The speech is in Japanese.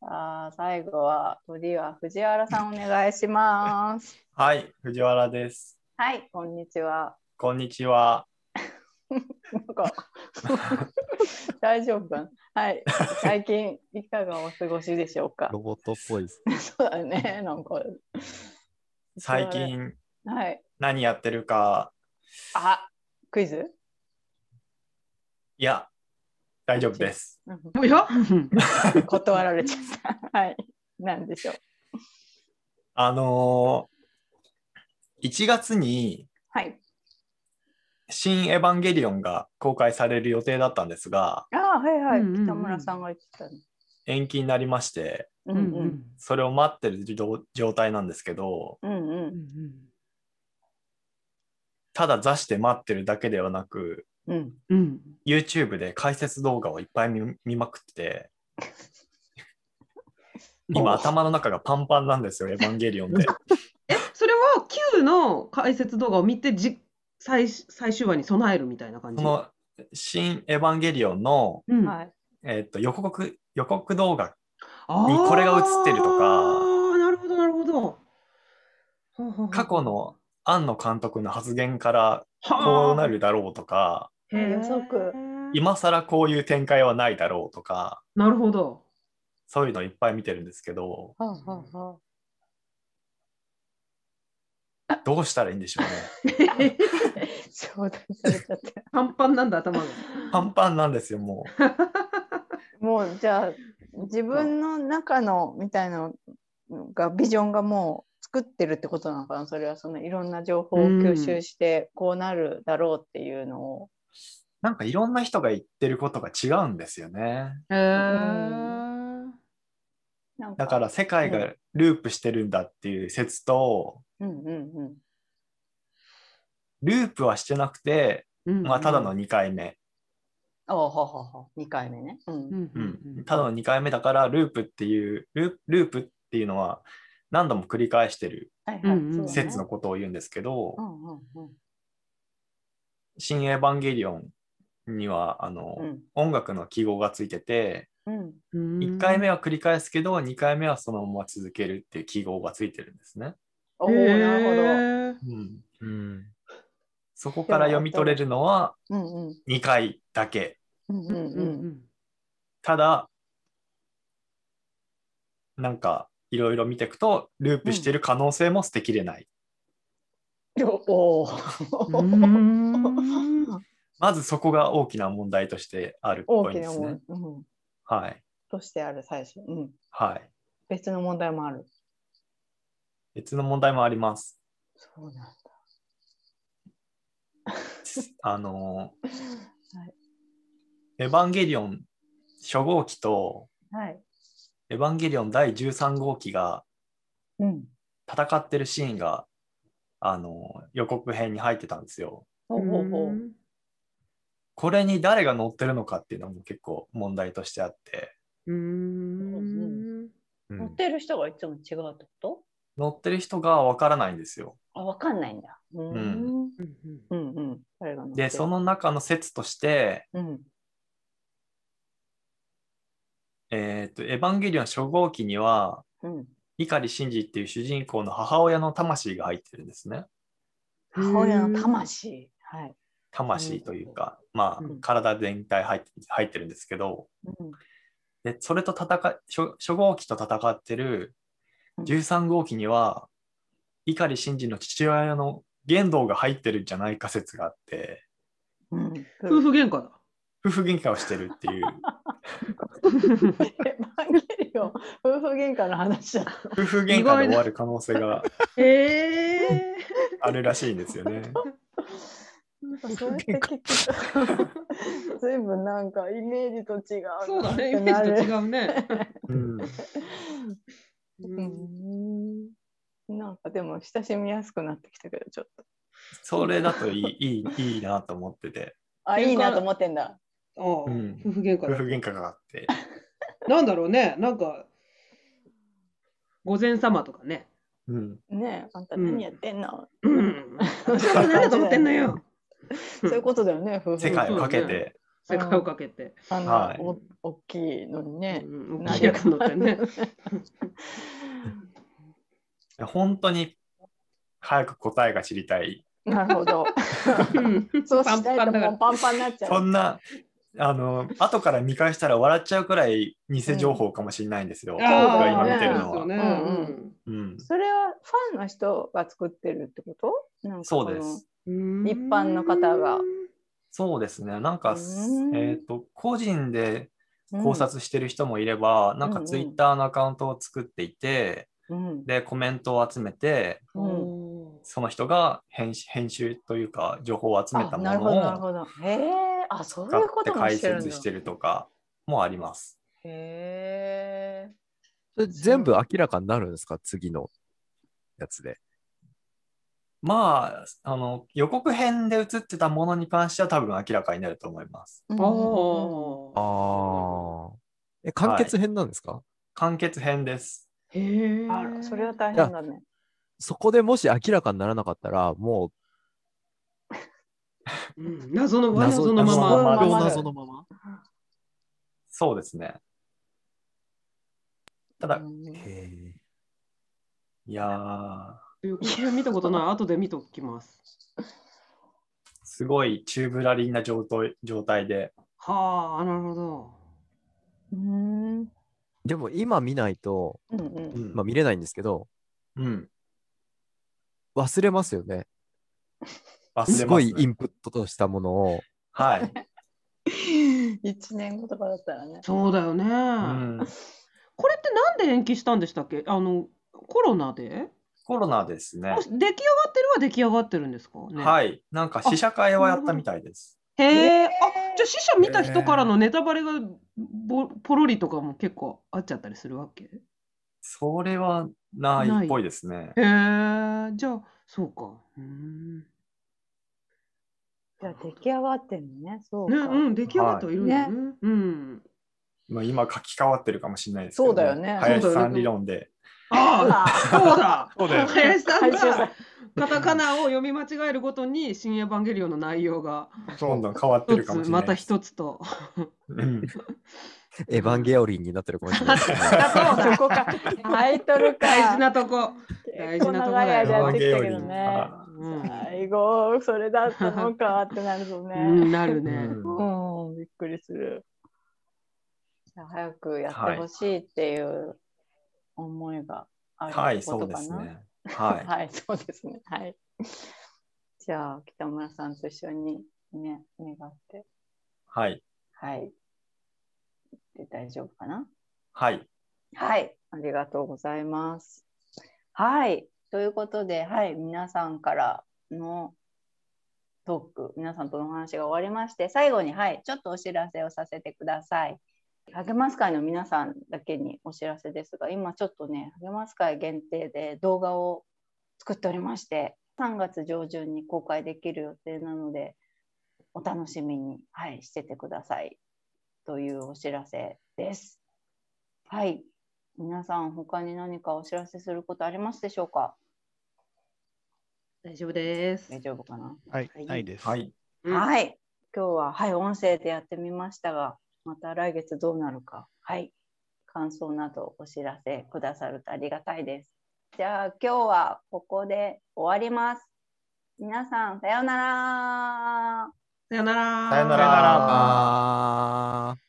さあ、最後は、次は藤原さんお願いします。はい、藤原です。はい、こんにちは。こんにちは。なん か、大丈夫かなはい、最近、いかがお過ごしでしょうかロボットっぽいです。 そうだね、なんか。最。近はい。何やってるか、あ、クイズいや、大丈夫です。うんおや断られちゃった。はい。なんでしょう。あのー、1月にはい。新エヴァンゲリオンが公開される予定だったんですが、ああ、はいはい。うんうんうん北村さんが言ってたね。延期になりまして、ううんんう。うんんそれを待ってる状状態なんですけど、うんう。うんんただ座して待ってるだけではなく、うん。うん。 YouTube で解説動画をいっぱい見見まくって、今頭の中がパンパンなんですよ、エヴァンゲリオンで。え、それは Q の解説動画を見てじ最最終話に備えるみたいな感そじ。の新エヴァンゲリオンの、うん、はい。えっと予告予告動画あーにこれが映ってるとかあーなるほどなるほど。はあはあはあ過去の庵野監督の発言からはあこうなるだろうとかへー予測今更こういう展開はないだろうとかなるほど。 そういうのいっぱい見てるんですけどはあはあはどうしたらいいんでしょうねあ。 そうだ、されちゃった。パンパンなんだ頭が。 パンパンなんですよもうもうじゃあ自分の中のみたいなのがビジョンがもう作ってるってことなのかなそれはそのいろんな情報を吸収してこうなるだろうっていうのを、なんかいろんな人が言ってることが違うんですよねへーなんだから、世界がループしてるんだっていう説とうんうんうん、ループはしてなくて、うんまあ、ただの。2回目、ああははは2回目ね、うんうんううんん、ただの2回目だからループっていうルループっていうのは何度も繰り返してるはいはいうんうんそうだね説のことを言うんですけど、うんうんうん新エヴァンゲリオンにはあの、うん音楽の記号がついててうんうん1回目は繰り返すけど2回目はそのまま続けるっていう記号がついてるんですね。おおなるるうんそこから読み取れるのはほどうんうん2回だけうんうんううんんただなんかいろいろ見ていくとループしてる可能性も捨てきれない、おおうん うん。まずそこが大きな問題としてあるっぽ大いきんでなすもねん、。うん、はいとしてある最初、うん、はい別の問題もある別の問題もあります。 そうなんだあのーはいエヴァンゲリオン初号機とはいエヴァンゲリオン第13号機がうん戦ってるシーンが、あのー予告編に入ってたんですよ。ほうほうほうこれに誰が乗ってるのかっていうのも結構問題としてあって、うん。うん乗ってる人がいつも違うってこ乗ってる人がわからないんですよ。とあ分かんないんだ。うーん。うんうん。誰が乗ってるでそ、の中の説として、うん。えー、とエヴァンゲリオン初号機にはうん、碇シンジっていう主人公の母親の魂が入ってるんですね。母親の魂。はい。魂というか、まあうん、体全体入って入ってるんですけど、うん、でそれと戦い初初号機と戦ってるうん13号機には、碇シンジの父親の言動が入ってるんじゃないか説があって、うん、夫婦喧嘩だ。夫婦喧嘩をしてるっ ていう、エヴァンゲリオン夫婦喧嘩の話だっ夫婦喧嘩で終わる可能性がへえ。あるらしいんですよね。た。なんかそうやって聞くと、随分なんかイメージと違うなそうだね、イってメなーるジと違うね。うん、うんなんかでも親しみやすくなってきたけど、ちょっと。それだといいいいいいなと思ってて、あ、いいなと思ってんだ。ああ、う夫ん婦喧夫婦嘩喧だ。嘩があって、なんだろうね、なんか、御前様とかね。うん、ねえ、あんたうん何やってんの、うん。私は何だと思ってんのよ。そういうことだよね、夫婦世界をかけて世界をかけて。あの、はいお大きいのにね。うん、大きいやつ乗ってね。本当に早く答えが知りたい。なるほ ど。 うんそうしないとパンパンだからもうパンパンになっちゃそ。うんな、あの、後から見返したら笑っちゃうくらい偽情報かもしれないんですよ。僕あがー今見てるそのうは。ですうよねうん、それはファンの人が作ってるってことなんかそうこでのす。うん一般の方がそうですね。なんか、うんえっ、と、個人でうん考察してる人もいれば、なんかうんうんツイッターのアカウントを作っていて、うんで、コメントを集めて、うその人が編集編集というか、情報を集めたあもなるほどなるのをほど。へえ、あそう使いっうこてとも解してるん説だし。てるとかもあります。へえ。それ全部明らかになるんですか次のやつで。まあ、あの、予告編で映ってたものに関しては多分明らかになると思います。うんうんうんああ。え、完結編なんですか、完結編です。へえ。あらそれは大変だね。そこでもし明らかにならなかったら、もうん謎のう謎謎ののまま。まま謎謎のまま。そうですね。ただう、んへえ。いやー、予告編見たことない。後で見ときます。すごいチューブラリンな状態状態で、はあ、なるほど。うんうんでも今見ないと、うんうんまあ見れないんですけど、うん、忘れますよね。忘れますすごいインプットとしたものを。は い、一年後とかだったらね。そうだよね。うん。これってなんで延期したんでしたっけあの、コロナでコロナですねも。し出来上がってるは出来上がってるんですかね。はい、なんか試写会はやったみたいです。へえ。あ、じゃあし死者見た人からのネタバレがぼポロリとかも結構あっちゃったりするわけへそれはないっぽいですね。え。じゃあ、そうか。うーん。ね、じゃあ出来上がってんのね。そうか。うん、出来上がってはいるんだよね。うん。まあ、今書き換わってるかもしれないですけど、そうだよね林そうださよんね理論で。ああ、そうだ。そうだよ林さん回収さがカタカナを読み間違えるごとに「新エヴァンゲリオン」の内容がどんどん変わって一るかもしつれなまいたです。一つと。うんエヴァンゲオリンになってるかもしれないですね。そこか。タイトルか。大事なとこ。大結事なとこ構長いだよ間やってきたけエヴァどンゲリねオン。うん最後、それだったのかってなるとうね。ん、なるうね。んうん、びっくりする。いや早くやってほしいっていう思いがあるはっい、てこそうとでかすな。ね。はい、はい、そうですね。はい。じゃあ、北村さんと一緒にね、願って、はい、はい。で、大丈夫かなはい、はい。ありがとうございます。はい。ということで、はい。皆さんからのトーク、皆さんとのお話が終わりまして、最後に、はい。ちょっとお知らせをさせてください。励ます会の皆さんだけにお知らせですが、今ちょっとね、励ます会限定で動画を作っておりまして、3月上旬に公開できる予定なので、お楽しみに、はい、しててください。というお知らせです。はい。皆さん、他に何かお知らせすることありますでしょうか大丈夫です。大丈夫かな、はいはい、ないです。はい、うんはい。今日は、はい、音声でやってみましたが、また来月どうなるか、はい。感想などお知らせくださるとありがたいです。じゃあ、今日はここで終わります。皆さん、さようなら。さよなら。さよなら あー